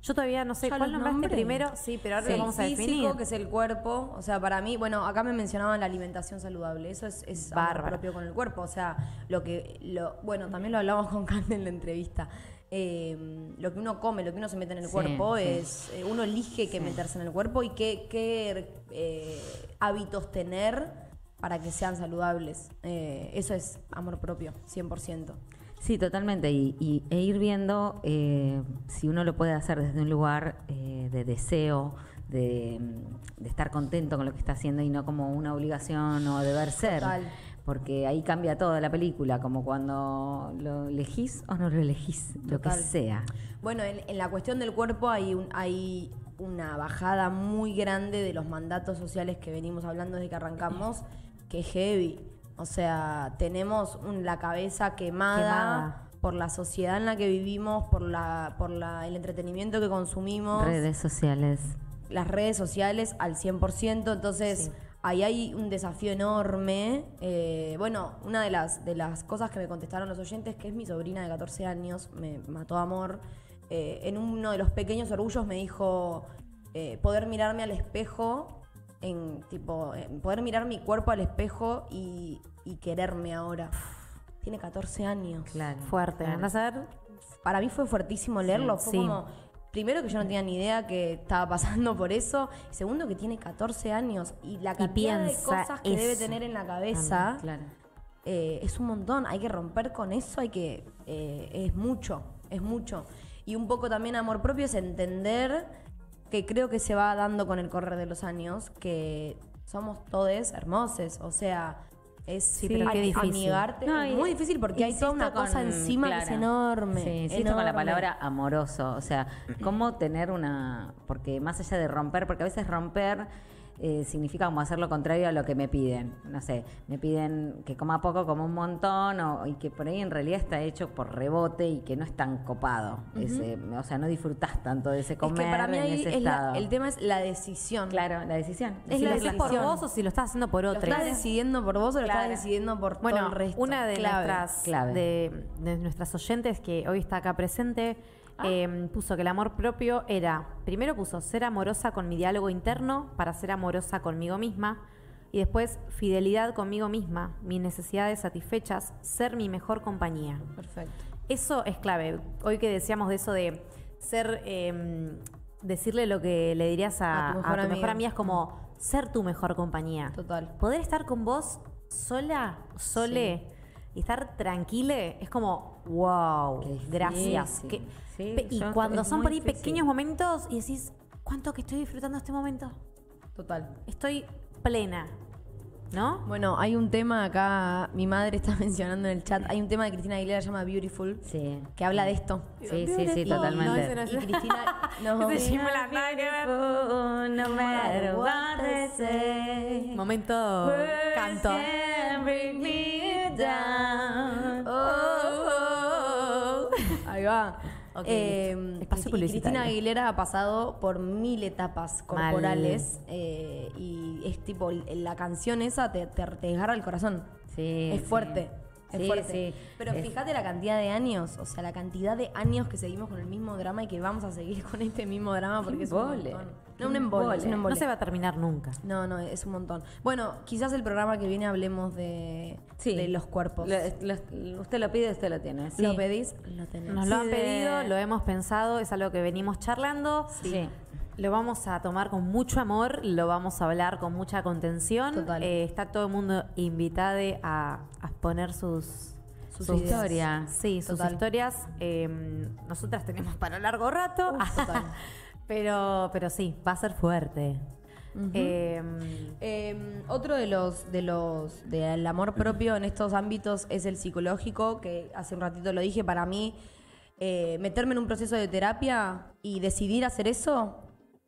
Yo todavía no sé
¿Ya
cuál
los
nombraste
nombré?
primero. Sí, pero ahora lo
el
vamos a definir.
físico, que es el cuerpo. O sea, para mí, bueno, acá me mencionaban la alimentación saludable. Eso es, es amor
Bárbaro.
propio con el cuerpo. O sea, lo que. Lo, bueno, también lo hablamos con Cande en la entrevista. Eh, lo que uno come, lo que uno se mete en el
Sí,
cuerpo
sí.
es. eh, uno elige qué meterse en el cuerpo y qué, qué eh, hábitos tener para que sean saludables. Eh, eso es amor propio, 100%.
Sí, totalmente. Y, y- e ir viendo eh, si uno lo puede hacer desde un lugar eh, de deseo, de, mm, de estar contento con lo que está haciendo y no como una obligación o deber ser.
Total.
Porque ahí cambia toda la película, como cuando lo elegís o no lo elegís, lo que
Total.
sea.
Bueno, en, en la cuestión del cuerpo hay, un- hay una bajada muy grande de los mandatos sociales que venimos hablando desde que arrancamos, que es heavy. O sea, tenemos un- la cabeza quemada,
Quemada.
por la sociedad en la que vivimos, por, la, por la, el entretenimiento que consumimos,
Redes sociales.
las redes sociales al 100%. Entonces,
Sí.
ahí hay un desafío enorme. Eh, bueno, una de las, de las cosas que me contestaron los oyentes, que es mi sobrina de 14 años, me mató a amor. eh, en uno de los pequeños orgullos me dijo eh, poder mirarme al espejo, en tipo, en poder mirar mi cuerpo al espejo y, y quererme ahora. Tiene 14 años.
Claro.
Fuerte.
claro.
Andás a ver.
Para mí fue fuertísimo leerlo. fue
sí.
como, primero que yo no tenía ni idea que estaba pasando por eso. Y segundo que tiene 14 años y la cantidad de
piensa
cosas que debe
eso
tener en la cabeza
Claro.
eh, es un montón. Hay que romper con eso, hay que. eh, es mucho, es mucho. Y un poco también amor propio es entender que creo que se va dando con el correr de los años, que somos todos hermosos. O sea, es
Sí, pero qué
hay que
difícil.
amigarte.
No,
es
y-
muy difícil porque hay toda
insisto
una cosa
con-
encima que es
claro.
enorme.
Sí, insisto con la
enorme.
palabra amoroso. O sea, cómo tener una. Porque más allá de romper, porque a veces romper. eh, significa como hacer lo contrario a lo que me piden. No sé, me piden que coma poco, como un montón, o, y que por ahí en realidad está hecho por rebote y que no es tan copado. ese- o sea, no disfrutás tanto de ese
Es
comer
que para mí
en
ahí
ese
es la-
estado.
el tema es la decisión.
Claro, la decisión.
Es
Sí,
la
la
decís por
decisión.
vos o si lo estás haciendo por
¿Lo
otro.
estás decidiendo por vos o lo
Claro.
estás decidiendo por todo
Bueno,
el resto?
una de
Clave.
nuestras
Clave.
De, de nuestras oyentes que hoy está acá presente
Ah.
eh, puso que el amor propio era, primero puso ser amorosa con mi diálogo interno para ser amorosa conmigo misma y después fidelidad conmigo misma, mis necesidades satisfechas, ser mi mejor compañía.
Perfecto.
Eso es clave. Hoy que decíamos de eso de ser, eh, decirle lo que le dirías a,
A tu mejor
a tu mejor
amiga.
amiga es como ser tu mejor compañía.
Total.
Poder estar con vos sola, sole, y estar tranquile, es como, wow,
Qué difícil.
gracias.
Sí,
Que-
sí,
pe- y
yo-
cuando
es
son
muy
por ahí
difícil.
pequeños momentos y decís, ¿cuánto que estoy disfrutando este momento?
Total.
Estoy plena, ¿no?
Bueno, hay un tema acá, mi madre está mencionando en el chat, hay un tema de Cristina Aguilera que se llama Beautiful,
Sí.
que habla de esto.
Sí, sí, sí,
Y-
totalmente.
ese no es-
Y Cristina, no,
Ese Jimmy Landa, nada que ver.
Beautiful, no matter what they say.
Momento
Words
canto.
can bring me down.
Oh, oh, oh. Ahí va.
Ok,
Eh,
listo. Espacio
y
publicitario.
Cristina Aguilera ha pasado por mil etapas
Mal.
corporales eh, y es tipo, la canción esa te, te, te desgarra el corazón.
Sí,
es
sí.
fuerte. Es
Sí,
fuerte.
sí.
Pero
Es-
fíjate la cantidad de años, o sea, la cantidad de años que seguimos con el mismo drama y que vamos a seguir con este mismo drama porque es un
Embole.
montón. No, un embole, es un embole.
No se va a terminar nunca.
No, no, es un montón. Bueno, quizás el programa que viene hablemos de,
Sí.
de los cuerpos.
Lo- lo- usted lo pide, usted lo tiene. Sí.
Lo pedís, lo tenés. Ah,
Nos lo
Sí,
han
de-
pedido, lo hemos pensado, es algo que venimos charlando.
Sí.
Lo vamos a tomar con mucho amor, lo vamos a hablar con mucha contención.
Total.
Eh, está todo el mundo invitado a, a poner sus,
Sus
Su
ideas.
historia.
sí, sus
Total.
historias. Eh, nosotras tenemos para largo rato, ah,
total.
pero, pero sí, va a ser fuerte. Eh,
Eh, otro de los de los del amor propio en estos ámbitos es el psicológico, que hace un ratito lo dije, para mí eh, meterme en un proceso de terapia y decidir hacer eso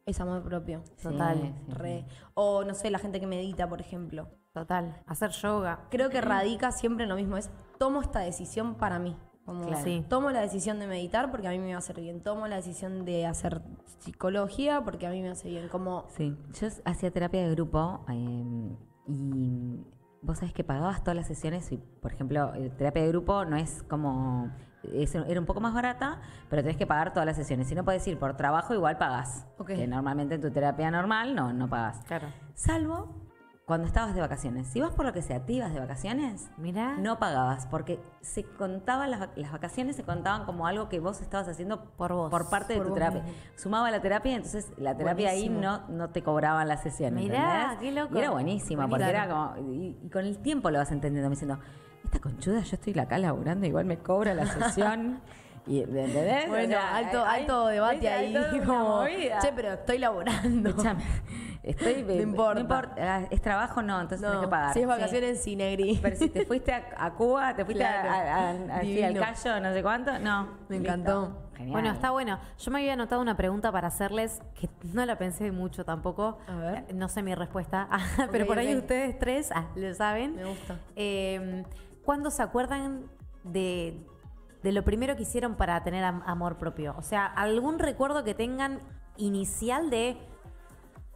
es amor propio.
Total.
Re. O no sé, la gente que medita, por ejemplo.
total, hacer yoga.
Creo que radica siempre en lo mismo, es tomo esta decisión para mí. Como
Claro. Sí.
tomo la decisión de meditar porque a mí me va a hacer bien, tomo la decisión de hacer psicología porque a mí me hace bien, como
Sí, yo s- hacía terapia de grupo eh, y vos sabés que pagabas todas las sesiones y, por ejemplo, eh, terapia de grupo no es como... es- era un poco más barata, pero tenés que pagar todas las sesiones. Si no podés ir por trabajo, igual pagás.
Ok.
Que normalmente en tu terapia normal no, no pagás.
Claro.
Salvo cuando estabas de vacaciones. Si vas por lo que sea, te ibas de vacaciones,
Mirá.
no pagabas, porque se contaban las, vac- las vacaciones, se contaban como algo que vos estabas haciendo
Por vos.
por parte
Por
de tu
vos
terapia. Sumaba la terapia, entonces la terapia ahí
Buenísimo.
no, no te cobraban las sesiones.
Mirá,
¿entendés?
qué loco.
Y era buenísima, porque
Buenísimo.
era como. Y, y con el tiempo lo vas entendiendo, me diciendo, esta conchuda, yo estoy acá laburando, igual me cobra la sesión. Y, ¿Entendés?
Bueno,
O sea,
alto,
hay-
alto
hay-
debate
¿viste? Hay
ahí.
toda una
como,
movida.
che, pero estoy laborando.
Escuchame, estoy.
No importa.
ah, Es trabajo, no, entonces
No,
tenés que pagar.
Si es
Sí.
vacaciones, sí, negri.
Pero si te fuiste a, a Cuba, te fuiste a-
Claro.
a- a- a- sí, al
Divino.
callo, no sé cuánto, no.
Me
Listo.
encantó.
Genial.
Bueno, está bueno. Yo me había anotado una pregunta para hacerles que no la pensé mucho tampoco. Eh,
A ver.
No sé mi respuesta, Ah, pero
Ok,
por ahí
ok.
ustedes tres ah, lo saben.
Me gusta.
Eh, ¿Cuándo se acuerdan de, de lo primero que hicieron para tener am- amor propio? O sea, algún recuerdo que tengan inicial de,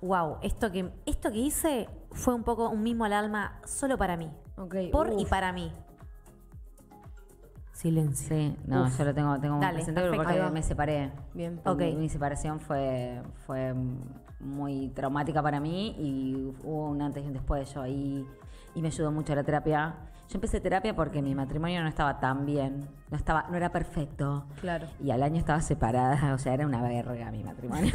wow, esto que, esto que hice fue un poco un mismo al alma solo para mí.
Ok,
Por y
uf.
para mí. Silencio.
Sí, no,
Uf.
yo lo tengo, tengo muy
Dale,
presente
perfecto. Ahí
porque
va.
me separé.
Bien.
Mi-
Ok.
Mi separación fue, fue muy traumática para mí y hubo un antes y un después de yo ahí y me ayudó mucho la terapia. Yo empecé terapia porque mi matrimonio no estaba tan bien, no estaba, no era perfecto.
Claro.
Y al año estaba separada, o sea, era una verga mi matrimonio.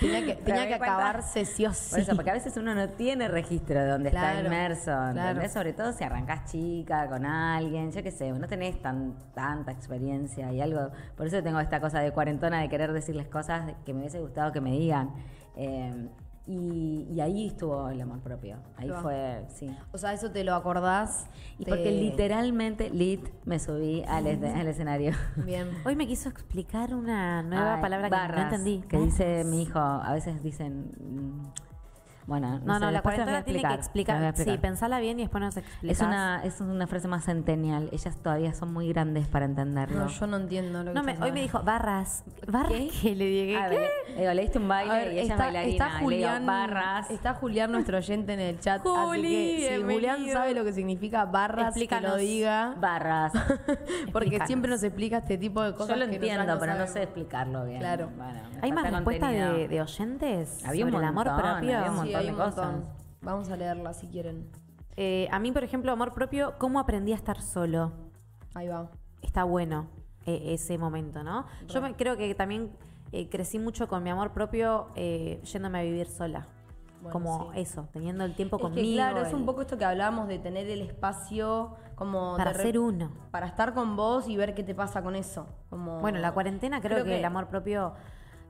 Tenía que,
¿Te
tenía
das
que
cuenta?
acabarse sí o sí.
Por eso, porque a veces uno no tiene registro de dónde
Claro,
está inmerso. ¿entendés?
claro.
Sobre todo si arrancás chica con alguien, yo qué sé, no tenés tan, tanta experiencia y algo. Por eso tengo esta cosa de cuarentona de querer decirles cosas que me hubiese gustado que me digan. Eh, y, y ahí estuvo el amor propio. Ahí
Va.
fue, sí.
O sea, eso te lo acordás.
Y
te-
porque literalmente, lit, me subí al, esce- al escenario.
Bien.
Hoy me quiso explicar una nueva
Ay,
palabra que no
barras,
entendí. Ah,
Que dice mi hijo, a veces dicen. mm, Bueno, no,
No,
sé,
no, la
después se los voy
cuarentena
a
tiene que
se los voy a
explicar. Sí, pensala bien y después nos explicas.
Es una, es una frase más centennial. Ellas todavía son muy grandes para entenderlo.
No, yo no entiendo lo que
No, me-
estás
hoy me
hablando.
dijo barras. ¿Barras qué? Le dije,
Ah,
¿qué?
le- le digo, leíste un baile
A ver,
y ella es bailarina. y le digo, barras.
Está Julián, nuestro oyente en el chat. así
Juli,
que si
bienvenido.
Julián sabe lo que significa barras,
Explícanos.
que lo diga.
barras.
Porque
Explícanos.
siempre nos explica este tipo de cosas.
yo lo
que nosotras
entiendo, pero no
sabemos.
sé explicarlo bien.
Claro.
Bueno, me
¿Hay
falta
más respuestas
contenido.
de, de oyentes
Había un
sobre el amor
montón,
propio?
había un
Sí,
montón
Ah, hay
de
un montón.
cosas.
Vamos a leerla si quieren.
Eh, a mí, por ejemplo, amor propio, ¿cómo aprendí a estar solo?
Ahí va.
Está bueno eh, ese momento, ¿no? Yo me- creo que también eh, crecí mucho con mi amor propio eh, yéndome a vivir sola.
Bueno,
Como
sí.
eso, teniendo el tiempo
Es
conmigo. eh.
que claro, es
el-
un poco esto que hablábamos de tener el espacio como...
Para
de re-
ser uno.
Para estar con vos y ver qué te pasa con eso. Como...
Bueno, la cuarentena creo,
Creo
que,
que-
el amor propio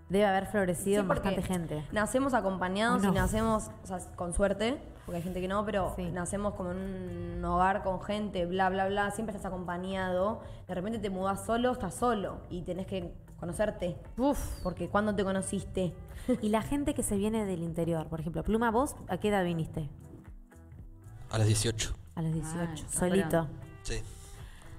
debe haber
Sí,
florecido en
porque
bastante gente.
Nacemos acompañados
¿O no?
y nacemos, o sea, con suerte, porque hay gente que no, pero
Sí.
nacemos como en un hogar con gente, bla, bla, bla, siempre estás acompañado. De repente te mudás solo, estás solo y tenés que conocerte. Uf. Porque cuando te conociste?
Y la gente que se viene del interior, por ejemplo, Pluma, vos, ¿a qué edad viniste?
A los 18.
A los 18,
Ah,
solito.
Sí.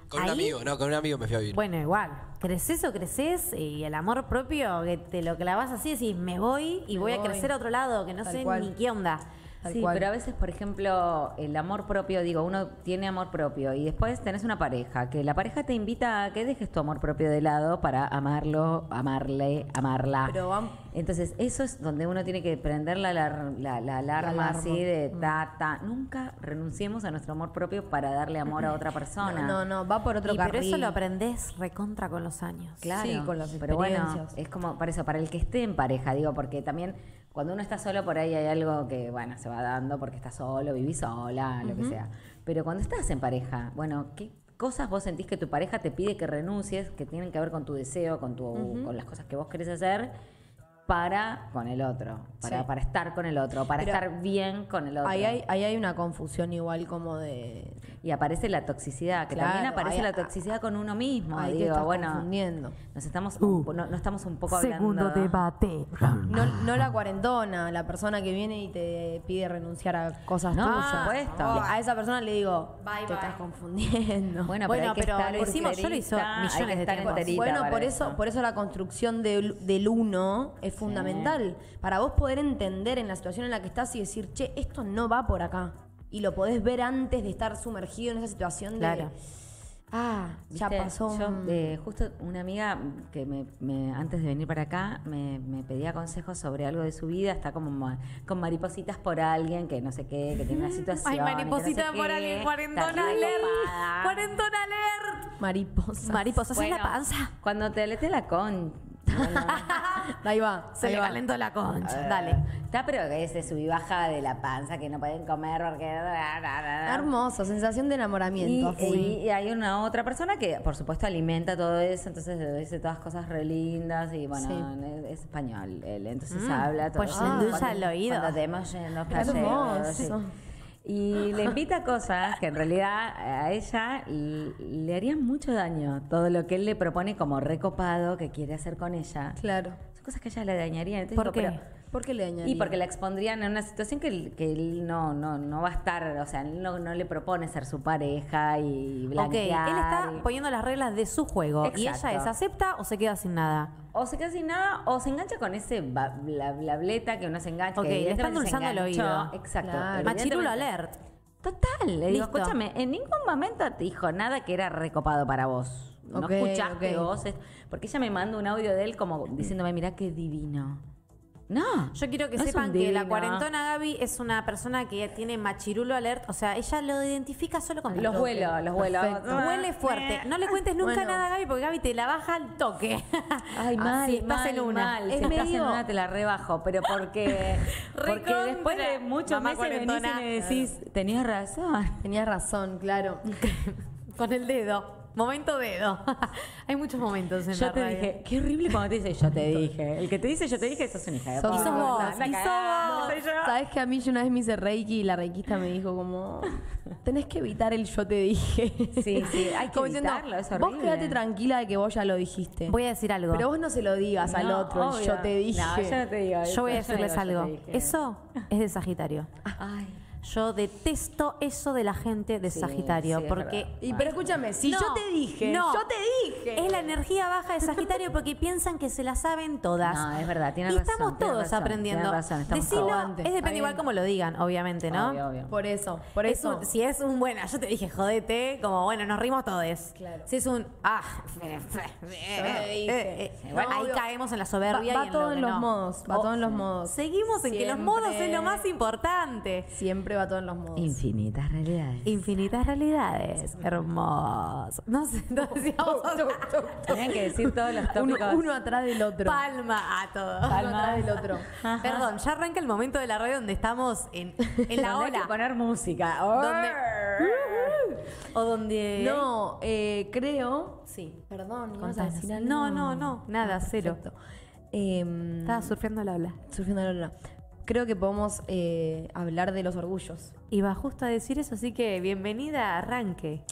Con
¿Ahí?
un amigo, no, con un amigo me fui a vivir.
Bueno, igual, creces o creces y el amor propio, que te lo clavas así, decís, me voy y
Me
voy, a
voy.
crecer a otro lado, que no
Tal
sé
cual.
ni qué onda.
Tal
sí,
cual.
pero a veces, por ejemplo, el amor propio, digo, uno tiene amor propio y después tenés una pareja, que la pareja te invita a que dejes tu amor propio de lado para amarlo, amarle,
Ah.
amarla.
Pero van-
Entonces, eso es donde uno tiene que prender la, alar- la- la alarma
alarma. Mm.
así de ta, ta. Nunca renunciemos a nuestro amor propio para darle amor a otra persona.
Mm. No, no, va por otro
Y,
carril.
pero eso lo aprendés recontra con los años.
Claro.
Sí, con las
Pero bueno,
experiencias.
es como para eso, para el que esté en pareja, digo, porque también cuando uno está solo por ahí hay algo que, bueno, se va dando porque estás solo, vivís sola, lo que sea. Pero cuando estás en pareja, bueno, ¿qué cosas vos sentís que tu pareja te pide que renuncies, que tienen que ver con tu deseo, con, tu, con las cosas que vos querés hacer? Para con el otro, para,
Sí.
para estar con el otro, para
Pero
estar bien con el otro.
Ahí hay, ahí hay una confusión igual como de...
Y aparece la toxicidad, que también
Claro,
aparece
ahí-
la toxicidad con uno mismo.
ahí te
digo,
estás
bueno,
confundiendo.
nos estamos, no, no estamos un poco hablando.
Uh. Segundo debate.
No, no la cuarentona, la persona que viene y te pide renunciar a cosas
No, por
tuyas.
supuesto.
Le- A esa persona le digo, te estás confundiendo.
Bueno, pero,
Bueno,
hay que
pero
estar
lo hicimos, yo lo hice
enterita, hay que
millones de
estar
tiempos.
enterita
Bueno,
para
por eso, por eso la construcción del, del uno es fundamental. Para vos poder entender en la situación en la que estás y decir, che, esto no va por acá. Y lo podés ver antes de estar sumergido en esa situación de.
Claro.
Ah, ya
¿Viste?
pasó. un-
Yo, eh, justo una amiga que me, me- antes de venir para acá me, me pedía consejos sobre algo de su vida. Está como ma- con maripositas por alguien que no sé qué, que tiene una situación.
Ay, mariposita por alguien, cuarentona alert. Cuarentona alert.
Mariposa.
Mariposas en la
Bueno,
panza.
Cuando te alete la con. bueno,
Ahí va.
Se
ahí
le
va.
calentó la concha.
Dale.
Dale.
Está, pero que es de subibaja de la panza, que no pueden comer porque.
Hermoso, sensación de
Y, eh,
enamoramiento. full.
y- y hay una otra persona que, por supuesto, alimenta todo eso, entonces dice todas cosas re lindas y bueno, eh,
Sí.
es, es español él, entonces
Mm,
habla todo.
pues
endulza
Cuando-
el oído.
Cuando te oyen los
Qué
placeres,
hermoso.
sí. Y le invita cosas que en realidad eh, a ella l- le harían mucho daño. Todo lo que él le propone como recopado que quiere hacer con ella.
Claro.
Son cosas que a ella le dañarían. Entonces
¿Por
digo,
qué?
pero-
¿Por qué le añadí?
y porque la expondrían en una situación que, él- que él no, no, no va a estar, o sea, él no, no le propone ser su pareja y
Ok, él
blanquear.
está
y-
poniendo las reglas de su juego. Y
Exacto.
ella es acepta o se queda sin nada.
o se queda sin nada, o se engancha con ese ba- bla, bla, bleta que uno se engancha.
Ok,
que
le está
evidentemente se
endulzando el
enganchó.
oído.
Exacto.
Claro.
Machirulo
evidentemente.
alert.
Total, le digo,
Listo.
escúchame, en ningún momento te dijo nada que era recopado para vos. No
Ok,
escuchaste
ok.
vos. es- Porque ella me manda un audio de él como diciéndome, mirá qué divino. No.
Yo quiero que
no es
sepan
un
que la
divino.
cuarentona Gaby es una persona que tiene machirulo alert. O sea, ella lo identifica solo con el
Los
toque.
vuelos, los Ah, vuelos.
Perfecto.
Huele fuerte. No le cuentes nunca
Bueno.
nada a Gaby porque Gaby te la baja al toque.
Ay, mal,
Si estás
mal,
en una.
mal.
Es
si estás en
medio-
una te la rebajo, pero porque, porque
Recontra.
después de muchos
Mamá
meses venís y
cuarentona.
me decís, tenías razón.
Tenías razón, claro.
Con el dedo. Momento dedo. Hay muchos momentos en
Yo
la
te
radio.
dije, qué horrible cuando te dice yo te dije. El que te dice yo te dije, sos una hija de
Sos
puta.
y sos
vos,
Anda
y sos
cagada,
vos.
soy yo.
Sabes que a mí yo una vez me hice reiki y la reikista me dijo como, tenés que evitar el yo te dije.
Sí, sí, hay que evitarlo, es
Vos
horrible.
quédate tranquila de que vos ya lo
eh,
dijiste.
Voy a decir algo.
Pero vos no se lo digas al
No,
otro, el
obvio.
yo te dije.
No, yo no te digo eso,
Yo voy a
no
decirles
digo, yo
algo.
te dije.
Eso es de Sagitario.
Ay.
Yo detesto eso de la gente de
Sí,
Sagitario
sí, es
porque
verdad.
Y pero escúchame, si
No,
yo te dije,
no.
yo te dije.
Es la energía baja de Sagitario porque piensan que se la saben todas.
No, es verdad, tienen
y
razón,
estamos
tienen
todos
razón,
aprendiendo.
tienen razón, estamos
Decilo,
todos. Aguante,
es
está
depende
bien.
igual como lo digan, obviamente, ¿no?
Obvio, obvio.
Por eso, por
Es
eso.
un- si es un bueno, yo te dije, jodete, como bueno, nos rimos todos.
Claro.
Si es un ah, eh,
Yo te dije.
bueno,
No,
ahí
obvio.
caemos en la soberbia
Va- va
y en
todo
lo
en
que
los
no.
modos, va todo en los modos.
Seguimos en que los modos es
Siempre.
lo más importante.
Siempre va todo en los modos.
Infinitas realidades.
Infinitas realidades. Hermoso. No sé, no decíamos
Tenían que decir todos los
Uno,
tópicos.
uno atrás del otro.
palma a todos.
Uno atrás del otro.
Perdón, ya arranca el momento de la radio donde estamos en, en la
Donde hay que
ola.
poner música.
Donde- o donde.
No, eh, creo.
Sí.
Perdón, ibas a
Contanos.
decir algo. Ah,
No, no, no. Nada, cero.
Perfecto. Em,
Estaba surfeando la ola.
surgiendo la ola. Creo que podemos eh, hablar de los orgullos.
Iba justo a decir eso, así que bienvenida, arranque.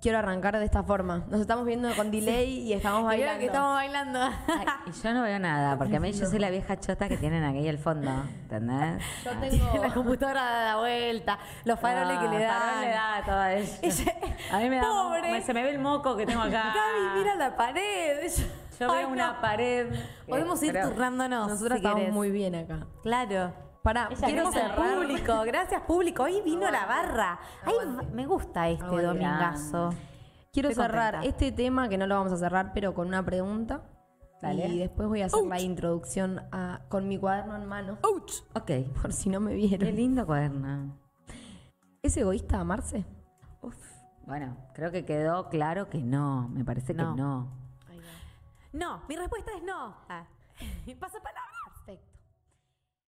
Quiero arrancar de esta forma. Nos estamos viendo con delay y estamos
Y
bailando.
ahora que estamos bailando.
Ay, y yo no veo nada, porque a mí yo soy la vieja chota que tienen aquí al fondo, ¿entendés?
Yo
la
tengo.
computadora da la vuelta, los faroles que le dan.
Farol Ah, le da a todo eso.
Ella-
A mí me da mo-
Pobre.
me- se me ve el moco que tengo acá.
Gaby, mira la pared.
Yo veo
Ay, no.
una pared. que-
Podemos ir
pero-
turnándonos.
Nosotros
si
estamos
querés.
muy bien acá.
Claro.
Para, quiero
Queremos el
cerrar.
público, gracias público. Hoy vino la barra. Ay, me gusta este
Aguante.
domingazo.
Quiero
Estoy
cerrar
contenta.
este tema, que no lo vamos a cerrar, pero con una pregunta.
Dale.
Y después voy a hacer la introducción a- con mi cuaderno en mano,
Ok.
por si no me
Qué
vieron.
lindo cuaderno.
¿Es egoísta amarse?
Uf. Bueno, creo que quedó claro que no. Me parece
No.
que no.
No, mi respuesta es no. Ah. Pasa palabra.